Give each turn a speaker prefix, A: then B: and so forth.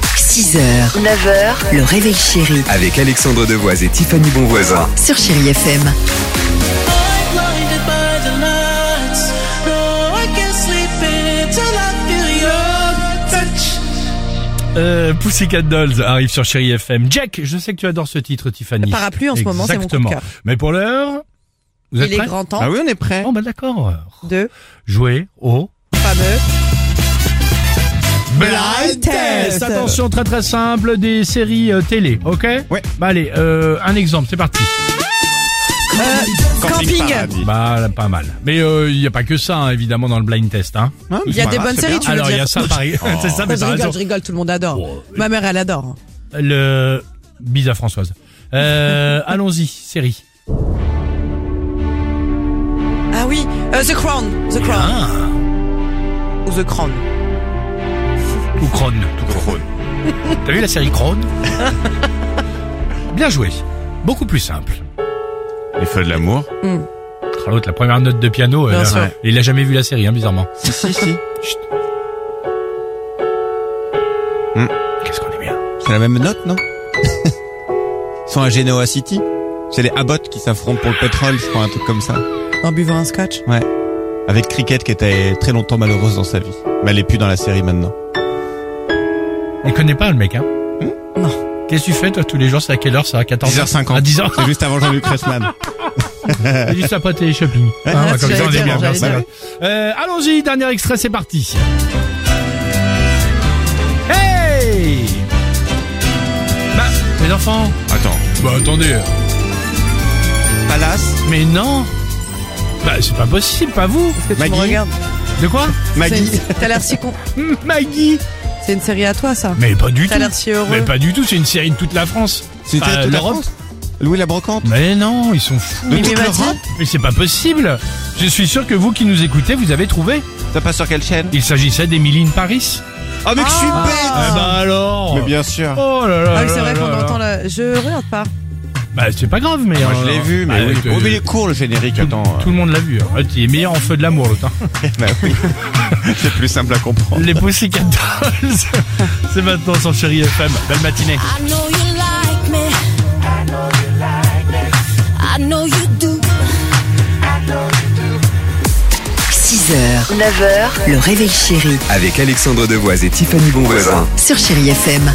A: 6h, 9h, le réveil chéri
B: Avec Alexandre Devoise et Tiffany Bonvoisin.
A: sur Chéri FM.
C: Blinded by the lights, no, I can't sleep until I feel your touch.
D: Euh, Pussycat Dolls arrive sur Chéri FM. Jack, je sais que tu adores ce titre, Tiffany.
E: Parapluie en ce moment, c'est mon coup de
D: Exactement.
E: cœur.
D: Mais pour l'heure, vous êtes
E: Il est
D: prêts
E: grand temps
F: Ah oui, on est prêt.
D: Bon, bah d'accord.
E: de
D: Jouer au
E: fameux. euh,
D: blind
E: test.
D: Attention, très très simple, des séries euh, télé, ok
F: Ouais.
D: Bah allez, euh, un exemple, c'est parti.
E: Camping.
F: Paradis.
D: Bah, pas mal. Mais euh, il n'y a pas que ça, hein, évidemment, dans le blind test. Hein.
F: Hein,
E: Il y a
F: bah,
E: des bonnes
F: c'est
E: séries,
F: bien.
E: tu veux
D: Alors, il y
E: dire
D: a ça, Paris.
F: Oh.
D: c'est ça, mais
E: Je
D: t'as raison.
E: rigole, je rigole, tout le monde adore.
D: Oh,
E: Ma mère, elle adore.
D: Le... Bise à Françoise. Euh, Allons-y, série.
E: Ah oui, euh, The Crown. The Crown.
D: Ah,
E: Ou The Crown.
D: ou Crone, tout court. T'as vu la série Crone Bien joué. Beaucoup plus simple.
F: Les feux de l'amour.
D: Ah, L'autre, la première note de piano,
E: Hmm. Bien
D: euh,
E: sûr.
D: ouais. il a jamais vu la série, hein, bizarrement.
F: Si, si, si.
D: Qu'est-ce qu'on est bien.
F: C'est la même note, non Ils sont à Genoa City. C'est les Abbott qui s'affrontent pour le pétrole, je crois, un truc comme ça.
E: En buvant un scotch.
F: Ouais. Avec Cricket qui était très longtemps malheureuse dans sa vie. Mais elle est plus dans la série maintenant.
D: Il connaît pas le mec, hein
E: Non.
D: Qu'est-ce que tu fais, toi, tous les jours C'est à quelle heure ça À 14
F: 10h50.
D: À 10h.
F: C'est juste avant Jean-Luc Reichmann.
D: C'est du sapote et shopping. Hein,
E: ouais,
D: comme
E: j'allais
D: ça, on est
E: dire,
D: bien.
E: j'allais
D: merci.
E: dire.
D: Euh, Allons-y, dernier extrait, c'est parti. Hey Bah, les enfants.
F: Attends.
D: Bah, attendez.
F: Palace,
D: Mais non Bah, c'est pas possible, pas vous.
E: Parce que tu
F: Maggie.
E: me regardes.
D: De quoi
E: C'est
F: Maggie.
E: une- T'as l'air si con.
D: Hmm, Maggie
E: C'est une série à toi, ça.
D: Mais pas du tout.
E: T'as l'air si
D: Mais
E: heureux.
D: pas du tout, c'est une série de toute la France. Bah,
F: C'était toute la
D: l'Europe.
F: France Louis la brocante.
D: Mais non, ils sont fous.
F: De toute
E: mais
F: l'Europe
D: Mais c'est pas possible Je suis sûr que vous qui nous écoutez, vous avez trouvé.
F: Ça passe sur quelle chaîne
D: Il s'agissait d'Emily in Paris.
F: Oh, mais que je suis
E: Ah.
F: bête
D: Eh ben alors
F: Mais bien sûr.
D: Oh là là
E: Ah oui, c'est
D: là
E: vrai
D: là
E: qu'on
D: là.
E: entend la. Je regarde pas.
D: Bah c'est pas grave, mais...
F: Moi, je
D: euh,
F: l'ai vu, mais
D: bah,
F: oui.
D: que-
F: Oh, mais il est court, le générique, attends.
D: Tout le monde l'a vu. hein. Il est meilleur en feu de l'amour, l'autre. hein.
F: Bah oui. C'est plus simple à comprendre.
D: Les Pussycat Dolls. C'est maintenant son chéri FM. Belle matinée.
G: I know you like me. I know you do.
A: 6h, 9h, le réveil chéri
B: Avec Alexandre Devoise et Tiffany Bonvoisin.
A: sur Chéri FM.